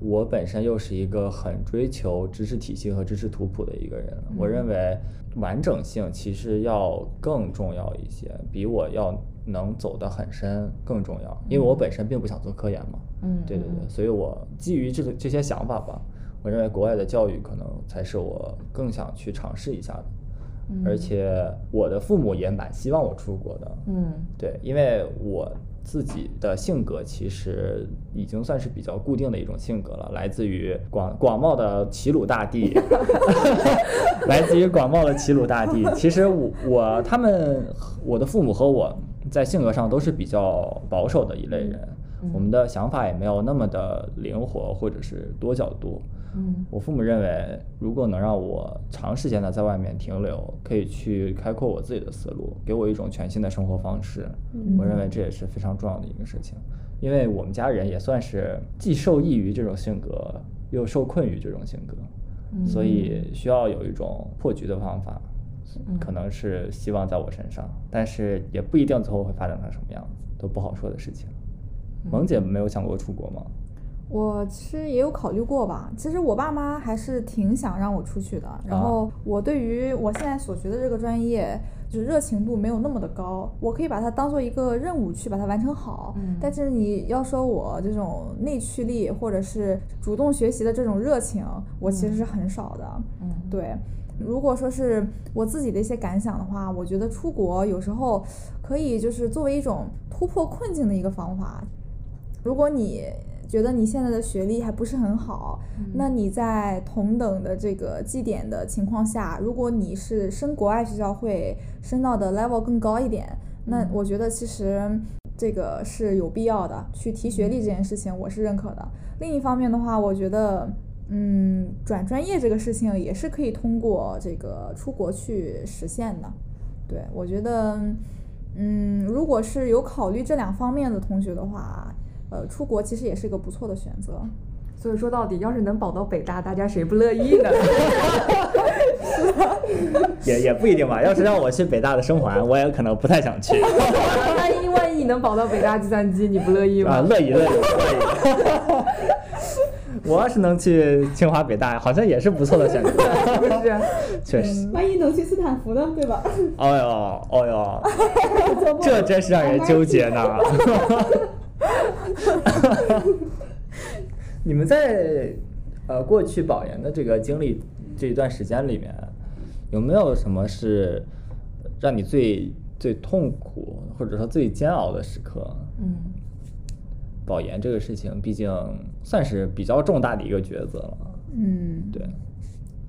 A: 我本身又是一个很追求知识体系和知识图谱的一个人，我认为完整性其实要更重要一些，比我要能走得很深更重要。因为我本身并不想做科研嘛，
C: 嗯
A: 对对对，所以我基于这个这些想法吧，我认为国外的教育可能才是我更想去尝试一下的，
C: 嗯
A: 而且我的父母也蛮希望我出国的，
C: 嗯
A: 对，因为我自己的性格其实已经算是比较固定的一种性格了，来自于广广袤的齐鲁大地，来自于广袤的齐鲁大地。其实我我他们我的父母和我在性格上都是比较保守的一类人，我们的想法也没有那么的灵活或者是多角度。
C: 嗯
A: 我父母认为，如果能让我长时间的在外面停留，可以去开阔我自己的思路，给我一种全新的生活方式。我认为这也是非常重要的一个事情，因为我们家人也算是既受益于这种性格，又受困于这种性格，所以需要有一种破局的方法，可能是希望在我身上，但是也不一定最后会发展成什么样子，都不好说的事情。萌姐没有想过出国吗？
E: 我其实也有考虑过吧。其实我爸妈还是挺想让我出去的，然后我对于我现在所学的这个专业，就是热情度没有那么的高。我可以把它当做一个任务去把它完成好，
C: 嗯
E: 但是你要说我这种内驱力或者是主动学习的这种热情，我其实是很少的。
C: 嗯，
E: 对，如果说是我自己的一些感想的话，我觉得出国有时候可以就是作为一种突破困境的一个方法。如果你觉得你现在的学历还不是很好，那你在同等的这个绩点的情况下，如果你是升国外学校会升到的 level 更高一点，那我觉得其实这个是有必要的。去提学历这件事情，我是认可的。另一方面的话，我觉得，嗯，转专业这个事情也是可以通过这个出国去实现的。对，我觉得，嗯，如果是有考虑这两方面的同学的话，呃，出国其实也是个不错的选择。
C: 所以说到底，要是能保到北大，大家谁不乐意 [LAUGHS] 呢？
A: 也也不一定吧。要是让我去北大的生还，我也可能不太想去
C: 万一万一能保到北大计算机，你不乐意
A: 啊，
C: 吗？
A: 乐意乐意乐意。 [LAUGHS] 我要是能去清华北大，好像也是不错的选择，
C: 是不是？
A: 确实。
D: 万一能去斯坦福呢，对吧？
A: 哦哟，哦哟，
D: 做梦
A: 这真是让人纠结呢。你们在呃过去保研的这个经历这一段时间里面，有没有什么是让你最最痛苦或者说最煎熬的时刻？
C: 嗯，
A: 保研这个事情，毕竟算是比较重大的一个抉择了。
E: 嗯，
A: 对，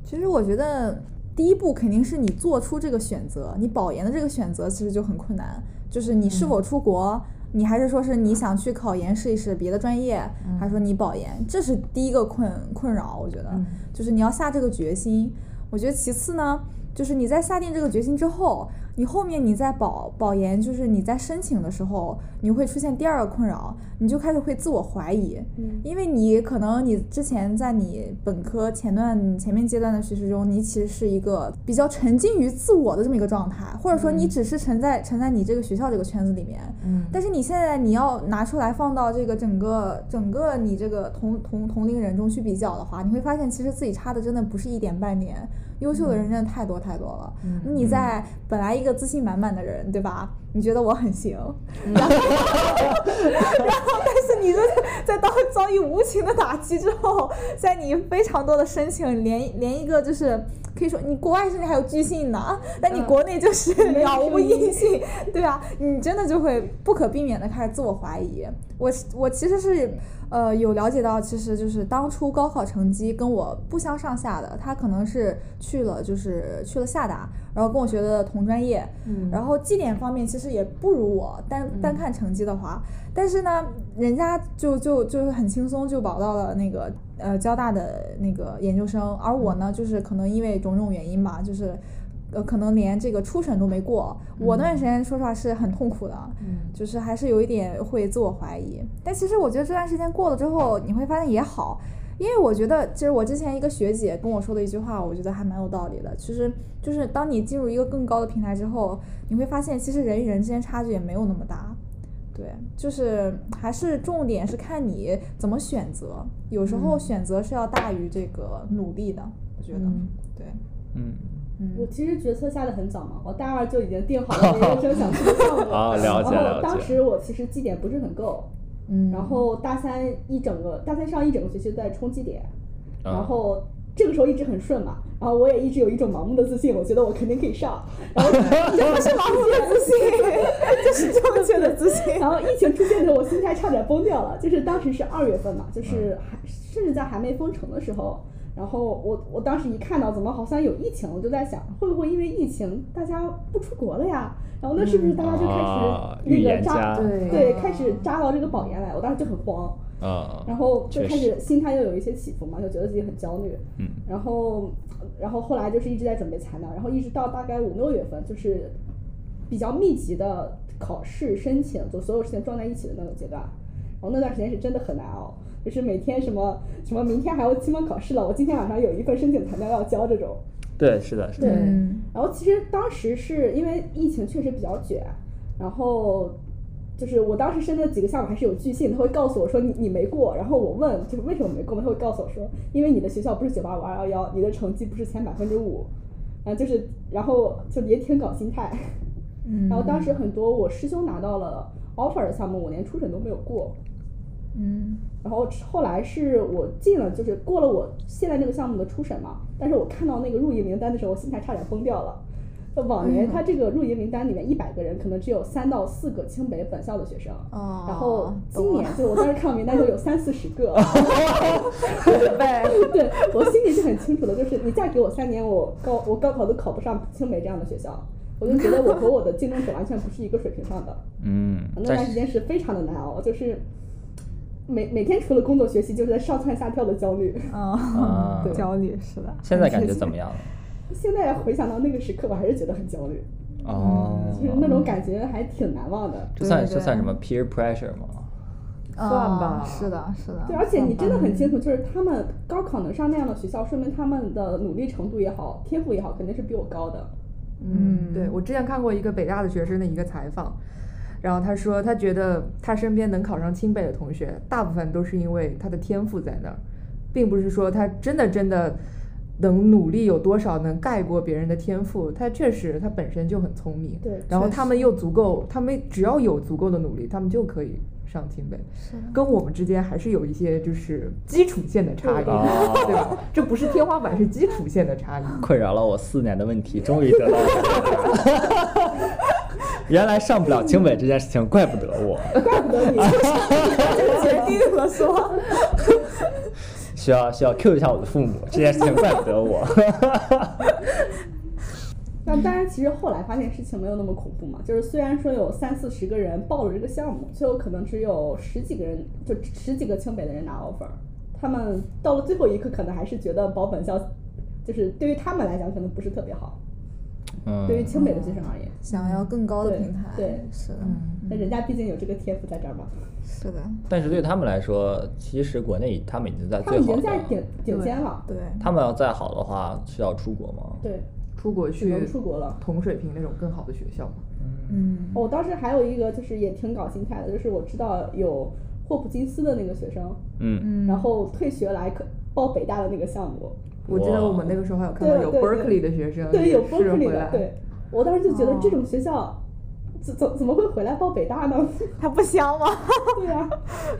E: 其实我觉得第一步肯定是你做出这个选择，你保研的这个选择其实就很困难，就是你是否出国，你还是说是你想去考研试一试别的专业，还是说你保研，这是第一个困困扰，我觉得、
C: 嗯
E: 就是你要下这个决心。我觉得其次呢，就是你在下定这个决心之后，你后面你在保保研，就是你在申请的时候，你会出现第二个困扰，你就开始会自我怀疑，
D: 嗯
E: 因为你可能你之前在你本科前段前面阶段的学习中，你其实是一个比较沉浸于自我的这么一个状态，或者说你只是沉在沉在你这个学校这个圈子里面。
C: 嗯
E: 但是你现在你要拿出来放到这个整个整个你这个同同同龄人中去比较的话，你会发现其实自己差的真的不是一点半年，优秀的人真的太多太多了。
C: 嗯
E: 你在本来一个自信满满的人，对吧？你觉得我很行，但是你这在遭遭遇无情的打击之后，在你非常多的申请，连连一个就是可以说你国外甚至还有拒信呢，但你国内就是
D: 没
E: 杳无
D: 声音
E: 音信，对啊，你真的就会不可避免的开始自我怀疑。我我其实是呃有了解到，其实就是当初高考成绩跟我不相上下的，他可能是去了就是去了厦大，然后跟我学的同专业，
C: 嗯
E: 然后绩点方面其实也不如我，单单看成绩的话，但是呢，人家就就就是很轻松就保到了那个呃交大的那个研究生，而我呢，就是可能因为种种原因吧，就是。呃，可能连这个初审都没过，我那段时间说实话是很痛苦的，
C: 嗯
E: 就是还是有一点会自我怀疑。但其实我觉得这段时间过了之后，你会发现也好，因为我觉得其实我之前一个学姐跟我说的一句话，我觉得还蛮有道理的。其实就是当你进入一个更高的平台之后，你会发现其实人与人之间差距也没有那么大。对，就是还是重点是看你怎么选择，有时候选择是要大于这个努力的，我觉得，
C: 嗯
E: 对，
A: 嗯，
D: 我
E: 嗯
D: 其实决策下的很早
E: [LAUGHS]
D: 嘛，我大二就已经定好了我人生想去的项目。
A: 啊了解
D: 然
A: 了解
D: 后当时我其实绩点不是很够，
E: 嗯，
D: 然后大三一整个大三上一整个学期都在冲绩点，
A: 啊
D: 然后这个时候一直很顺嘛，然后我也一直有一种盲目的自信，我觉得我肯定可以上，然后这不是盲目的自信， [LAUGHS] 这是正确的自信。 [LAUGHS] 然后疫情出现的时候，我心态差点崩掉了，就是当时是二月份嘛，就是
A: 嗯
D: 还甚至在还没封城的时候。然后我我当时一看到怎么好像有疫情，我就在想会不会因为疫情大家不出国了呀？然后那是不是大家
A: 嗯
D: 就
A: 啊
D: 开
A: 预
D: 始那
A: 言
D: 个
A: 家
D: 扎、
C: 对
D: 对开始扎到这个保研来？我当时就很慌，
A: 啊，
D: 然后就
A: 确
D: 开
A: 实
D: 始心态又有一些起伏嘛，就觉得自己很焦虑。
A: 嗯
D: 然后，然后后来就是一直在准备材料，然后一直到大概五六月份，就是比较密集的考试申请，就所有事情撞在一起的那种阶段。然后那段时间是真的很难熬，就是每天什么什么明天还要期末考试了，我今天晚上有一份申请材料要交这种。
A: 对，是的，是的，
D: 对
E: 嗯
D: 然后其实当时是因为疫情确实比较卷，然后就是我当时申的几个项目还是有拒信，他会告诉我说你你没过，然后我问就是为什么没过嘛，他会告诉我说因为你的学校不是九八五二幺幺，你的成绩不是前百分之五，啊就是然后就也挺搞心态，
E: 嗯，
D: 然后当时很多我师兄拿到了 offer 的项目，我连初审都没有过，
E: 嗯
D: 然后后来是我进了，就是过了我现在这个项目的初审嘛，但是我看到那个入营名单的时候，我心态差点崩掉了。呃往
E: 嗯
D: 年他这个入营名单里面一百个人，可能只有三到四个清北本校的学生，
E: 哦，
D: 然后今
E: 懂了
D: 年就我当时看到名单就有三四十
E: [LAUGHS]
D: 个，
E: 对，
D: 对我心里是很清楚的，就是你再给我三年，我高我高考都考不上清北这样的学校，我就觉得我和我的竞争者完全不是一个水平上的。
A: 嗯，
D: 那
A: 但
D: 段时
A: 是
D: 间是非常的难熬，就是每每天除了工作学习，就是在上蹿下跳的焦虑。
A: 啊
E: 嗯，
A: 对
E: 焦虑是的，
A: 现在感觉怎么样了？
D: [LAUGHS] 现在回想到那个时刻，我还是觉得很焦虑，
A: 哦，
D: 就是那种感觉还挺难忘的。
A: 这算
E: 对对
A: 这算什么 peer pressure 吗？
E: 算
C: 吧
E: 啊是的，是的，
D: 对，而且你真的很清楚，就是他们高考能上那样的学校，说明他们的努力程度也好，天赋也好，肯定是比我高的。 [LAUGHS]
C: 嗯，
E: 嗯
C: 对我之前看过一个北大的学生的一个采访，然后他说他觉得他身边能考上清北的同学，大部分都是因为他的天赋在那儿，并不是说他真的真的能努力有多少能盖过别人的天赋，他确实他本身就很聪明，
D: 对
C: 然后
E: 确
C: 他们又足够，他们只要有足够的努力，他们就可以上清北。
E: 是的
C: 跟我们之间还是有一些就是基础线的差异，
A: 哦
C: 对啊吧？这不是天花板，是基础线的差异。
A: 困扰了我四年的问题，终于得到了解答。 [LAUGHS] 原来上不了清北这件事情，怪不得我，
D: 怪不得你，
E: 决定了说，
A: 需要需要 Q 一下我的父母，这件事情怪不得我。 [LAUGHS]
D: 那当然，其实后来发现事情没有那么恐怖嘛。就是虽然说有三四十个人报了这个项目，最后可能只有十几个人，就十几个清北的人拿 offer。他们到了最后一刻，可能还是觉得保本校，就是对于他们来讲，可能不是特别好。
A: 嗯，
D: 对于清北的学生而言，
E: 想要更高的
D: 对
E: 平台，
D: 对
E: 是的，
D: 那人家毕竟有这个天赋在这儿嘛，
E: 是的，
A: 但是对他们来说，其实国内他们已经在
D: 他
A: 最
D: 们已
A: 好
D: 经
A: 的
D: 在
A: 了。
D: 顶顶尖了。
E: 对，
A: 他们要再好的话，是要出国吗？
D: 对，
C: 出国
D: 只能
C: 去
D: 出国了。哦
C: 同水平那种更好的学校嘛。
E: 嗯，
D: 我当时还有一个就是也挺搞心态的，就是我知道有霍普金斯的那个学生，
A: 嗯，
E: 嗯
D: 然后退学来可报北大的那个项目，
C: 我记得
A: 哇
C: 我们那个时候还有看到
D: 对啊
C: 有
D: 对
C: Berkeley 的学生
D: 对，有
C: 也是
D: Berkeley
C: 回
D: 的
C: 来，，哦
D: 对我当时就觉得这种学校怎怎怎么会回来报北大呢？ [LAUGHS]
E: 它不 [LAUGHS] 香吗？
D: 对啊，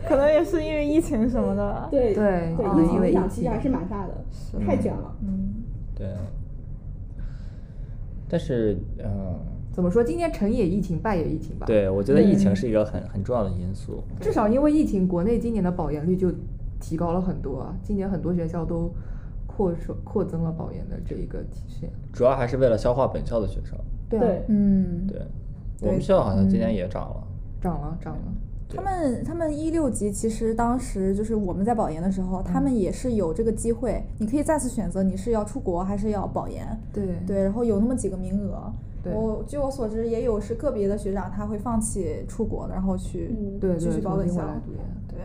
E: 可能也是因为疫情什么的，
D: 对
C: 对
D: 对，
C: 可
E: 能
D: 疫情
E: 因
C: 为
D: 影
C: 疫
D: 响其实
C: 情
D: 还是蛮大的，
E: 是
D: 太卷了。
E: 嗯，
A: 对。但是，嗯，
C: 怎么说？今年成也疫情，败也疫情吧。，
A: 对我觉得疫情是一个很很重要的因素。
C: 至少因为疫情，国内今年的保研率就提高了很多啊。今年很多学校都扩收扩增了保研的这一个体现。
A: 主要还是为了消化本校的学生。
C: 对啊，
D: 对，
E: 嗯，
A: 对，我们学校好像今年也涨了。
C: 涨了涨了。
E: 他们他们一六级其实当时就是我们在保研的时候，他们也是有这个机会，你可以再次选择你是要出国还是要保研，
C: 对
E: 对，然后有那么几个名额。
C: 对
E: 我据我所知，也有是个别的学长他会放弃出国，然后去
D: 嗯
C: 对
E: 继
C: 对，
E: 续保
C: 重
E: 本
C: 新回
E: 校
C: 来。读研。
E: 对，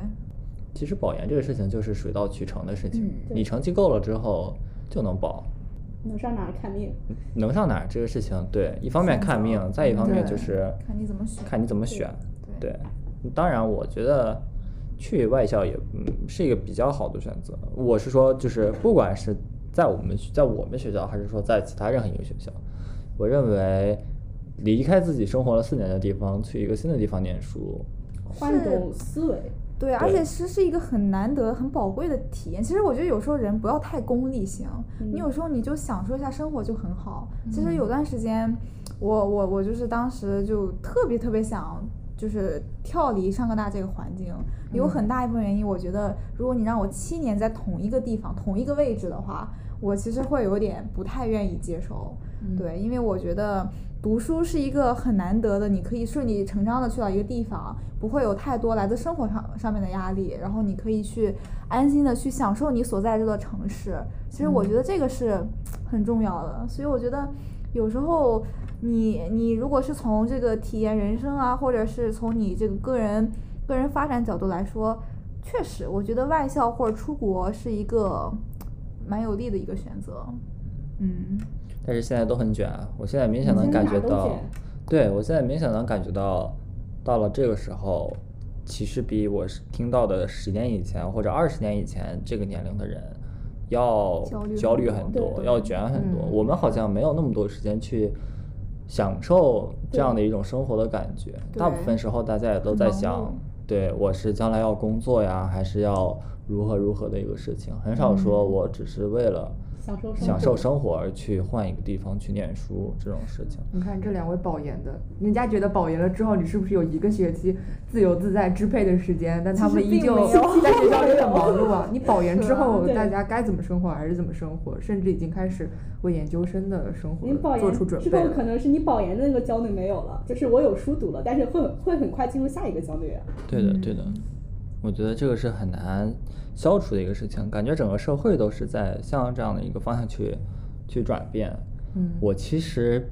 A: 其实保研这个事情就是水到渠成的事情，
E: 嗯
D: 对
A: 你成绩够了之后就能保，
D: 能上哪儿看病？
A: 能上哪儿这个事情，对，一方面看命，再一方面就是
E: 看你怎么选。
A: 看你怎么选。
E: 对
A: 对，当然我觉得去外校也嗯是一个比较好的选择。我是说，就是不管是在我们在我们学校，还是说在其他任何一个学校，我认为离开自己生活了四年的地方，去一个新的地方念书，
D: 换一种思维，
E: 对，啊而且是是一个很难得、很宝贵的体验。其实我觉得有时候人不要太功利型，你有时候你就享受一下生活就很好。其实有段时间，我我我就是当时就特别特别想。就是跳离上科大这个环境，有很大一部分原因，我觉得如果你让我七年在同一个地方、同一个位置的话，我其实会有点不太愿意接受。对，因为我觉得读书是一个很难得的，你可以顺理成章的去到一个地方，不会有太多来自生活上上面的压力，然后你可以去安心的去享受你所在这座城市。其实我觉得这个是很重要的，所以我觉得有时候你你如果是从这个体验人生啊，或者是从你这个个人个人发展角度来说，确实我觉得外校或者出国是一个蛮有利的一个选择。嗯，
A: 但是现在都很卷啊，我现在明显
D: 现
A: 能
D: 在
A: 感
D: 哪
A: 觉
D: 都
A: 到
D: 卷，
A: 对我现在明显能感觉到，到了这个时候，其实比我是听到的十年以前或者二十年以前这个年龄的人要
E: 焦虑很
A: 焦虑很
D: 多
A: 多，
D: 对
A: 要卷很多。
C: 嗯
A: 我们好像没有那么多时间去享受这样的一种生活的感觉。
E: 对
A: 大部分时候大家也都在
E: 很
A: 想
E: 忙碌，
A: 对我是将来要工作呀，还是要如何如何的一个事情，很少说我只是为了。
D: 享受生活
A: 享受生活而去换一个地方去念书这种事情，
C: 你看这两位保研的，人家觉得保研了之后，你是不是有一个学期自由自在支配的时间？但他们依旧
E: 其实并没有
C: [LAUGHS] 在学校里很忙碌
D: [LAUGHS]
C: 啊。你保研之后，
D: 啊对
C: 大家该怎么生活还是怎么生活，甚至已经开始为研究生的生
D: 你保
C: 活做
D: 研
C: 出准
D: 之
C: 备
D: 后，可
C: 了。
D: 能是你保研的那个焦虑没有了，就是我有书读了，但是会会很快进入下一个焦虑。啊
A: 对
D: 嗯
A: 的，对的，我觉得这个是很难消除的一个事情，感觉整个社会都是在向这样的一个方向去 [LAUGHS] 去转变。
C: 嗯
A: 我其实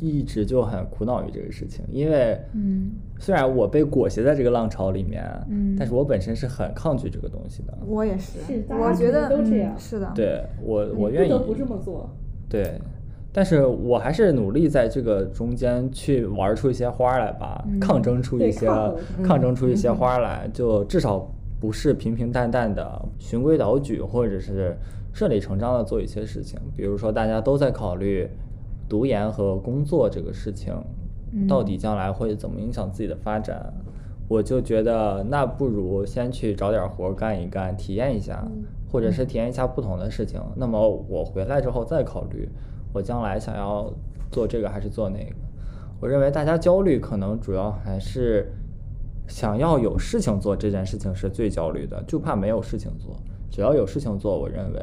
A: 一直就很苦恼于这个事情，因为
E: 嗯，
A: 虽然我被裹挟在这个浪潮里面，
E: 嗯
A: 但是我本身是很抗拒这个东西的。
E: 我也是，
D: 是大家
E: 我
D: 其
E: 觉
D: 实
E: 得
D: 都这
E: 嗯
D: 样
E: 是的，
A: 对我，我
D: 你
A: 愿意
D: 嗯不得不这么做。
A: 对，但是我还是努力在这个中间去玩出一些花来吧，抗争出一
D: 嗯对
A: 些
D: 抗嗯
A: 抗争出一些花来，就至少不是平平淡淡的循规蹈矩，或者是顺理成章的做一些事情。比如说，大家都在考虑读研和工作这个事情，
D: 嗯
A: 到底将来会怎么影响自己的发展。我就觉得，那不如先去找点活儿干一干，体验一下，或者是体验一下不同的事情。那么我回来之后再考虑，我将来想要做这个还是做那个。我认为大家焦虑可能主要还是想要有事情做这件事情是最焦虑的，就怕没有事情做。只要有事情做，我认为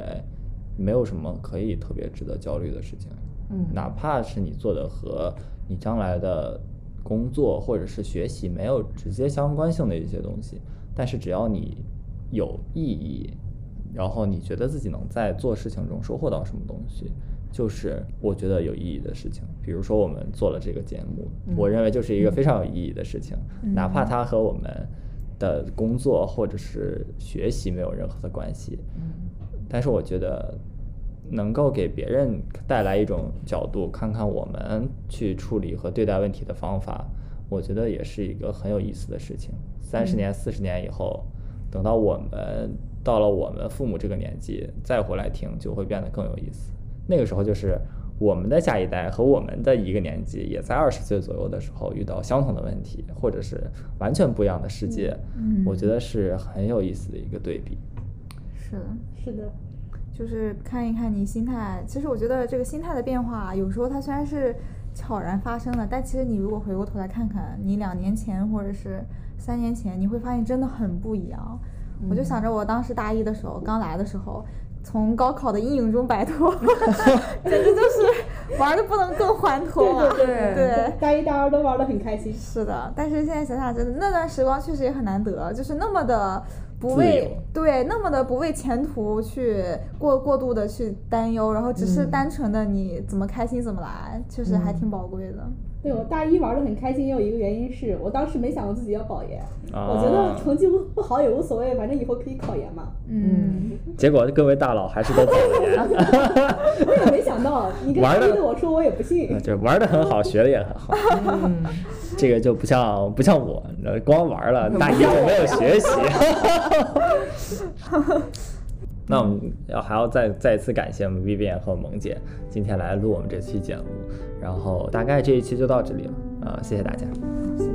A: 没有什么可以特别值得焦虑的事情。
C: 嗯
A: 哪怕是你做的和你将来的工作或者是学习没有直接相关性的一些东西，但是只要你有意义，然后你觉得自己能在做事情中收获到什么东西，就是我觉得有意义的事情。比如说我们做了这个节目，我认为就是一个非常有意义的事情，哪怕它和我们的工作或者是学习没有任何的关系，
C: 嗯
A: 但是我觉得能够给别人带来一种角度，看看我们去处理和对待问题的方法，我觉得也是一个很有意思的事情。三
D: 嗯
A: 十年、四十年以后，等到我们到了我们父母这个年纪，再回来听，就会变得更有意思。那个时候就是。我们的下一代和我们的一个年纪，也在二十岁左右的时候遇到相同的问题，或者是完全不一样的世界，
E: 嗯
A: 我觉得是很有意思的一个对比。
E: 是的，
D: 是的，
E: 就是看一看你心态。其实我觉得这个心态的变化，有时候它虽然是悄然发生的，但其实你如果回过头来看看，你两年前或者是三年前，你会发现真的很不一样。我就想着我当时大一的时候，刚来的时候。从高考的阴影中摆脱， [LAUGHS] 简直就是玩的不能更欢脱了。
C: 对对对
E: 对，
D: 大一、大二都玩的很开心。
E: 是的，但是现在想想，真的那段时光确实也很难得，就是那么的不
A: 自由
E: 为对，那么的不为前途去过过度的去担忧，然后只
A: 嗯
E: 是单纯的你怎么开心怎么来，确实还挺宝贵的。
D: 对我大一玩的很开心，也有一个原因是我当时没想过自己要保研，
A: 啊
D: 我觉得成绩不不好也无所谓，反正以后可以考研嘛。
E: 嗯，
A: 结果各位大佬还是都保了研，
D: 我也没想到，你跟
A: 玩
D: 大
A: 得
D: 一的我说我也不信 [LAUGHS]
A: 那。就玩的很好，学的也很好。这个就不像不像我，那光玩了，大一就没有学习。那我们要还要再再一次感谢我们 Vivian 和萌姐今天来录我们这期节目，然后大概这一期就到这里了，呃，谢谢大家。
E: 谢